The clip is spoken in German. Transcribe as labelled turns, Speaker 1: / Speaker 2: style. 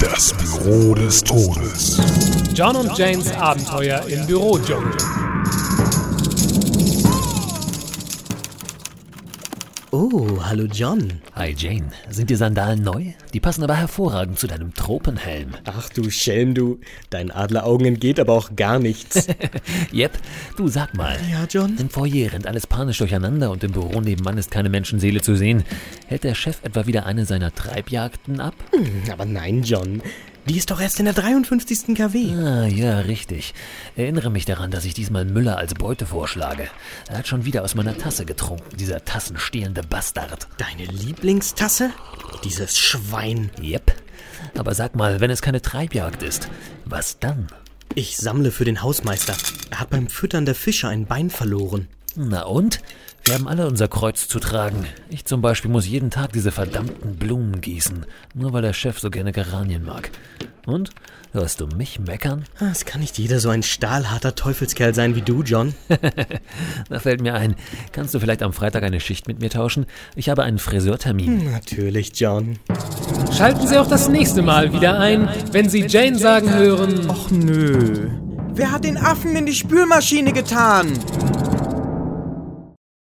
Speaker 1: Das Büro des Todes.
Speaker 2: John und Janes Abenteuer im Bürodschungel.
Speaker 3: Oh, hallo John.
Speaker 4: Hi Jane, sind die Sandalen neu? Die passen aber hervorragend zu deinem Tropenhelm.
Speaker 3: Ach du Schelm, du. Deinen Adleraugen entgeht aber auch gar nichts.
Speaker 4: Yep, du sag mal.
Speaker 3: ja, John?
Speaker 4: Im Foyer rennt alles panisch durcheinander und im Büro nebenan ist keine Menschenseele zu sehen. Hält der Chef etwa wieder eine seiner Treibjagden ab?
Speaker 3: Hm, Aber nein, John. Die ist doch erst in der 53. KW.
Speaker 4: Ah, ja, richtig. Erinnere mich daran, dass ich diesmal Müller als Beute vorschlage. Er hat schon wieder aus meiner Tasse getrunken, dieser tassenstehende Bastard.
Speaker 3: Deine Lieblingstasse? Dieses Schwein.
Speaker 4: Yep. Aber sag mal, wenn es keine Treibjagd ist, was dann?
Speaker 3: Ich sammle für den Hausmeister. Er hat beim Füttern der Fische ein Bein verloren.
Speaker 4: Na und? Wir haben alle unser Kreuz zu tragen. Ich zum Beispiel muss jeden Tag diese verdammten Blumen gießen, nur weil der Chef so gerne Geranien mag. Und? Hörst du mich meckern?
Speaker 3: Ah, Es kann nicht jeder so ein stahlharter Teufelskerl sein wie du, John.
Speaker 4: Da fällt mir ein, kannst du vielleicht am Freitag eine Schicht mit mir tauschen? Ich habe einen Friseurtermin.
Speaker 3: Natürlich, John.
Speaker 2: Schalten Sie auch das nächste Mal wieder ein, wenn Sie Jane sagen hören.
Speaker 5: Wer hat den Affen in die Spülmaschine getan?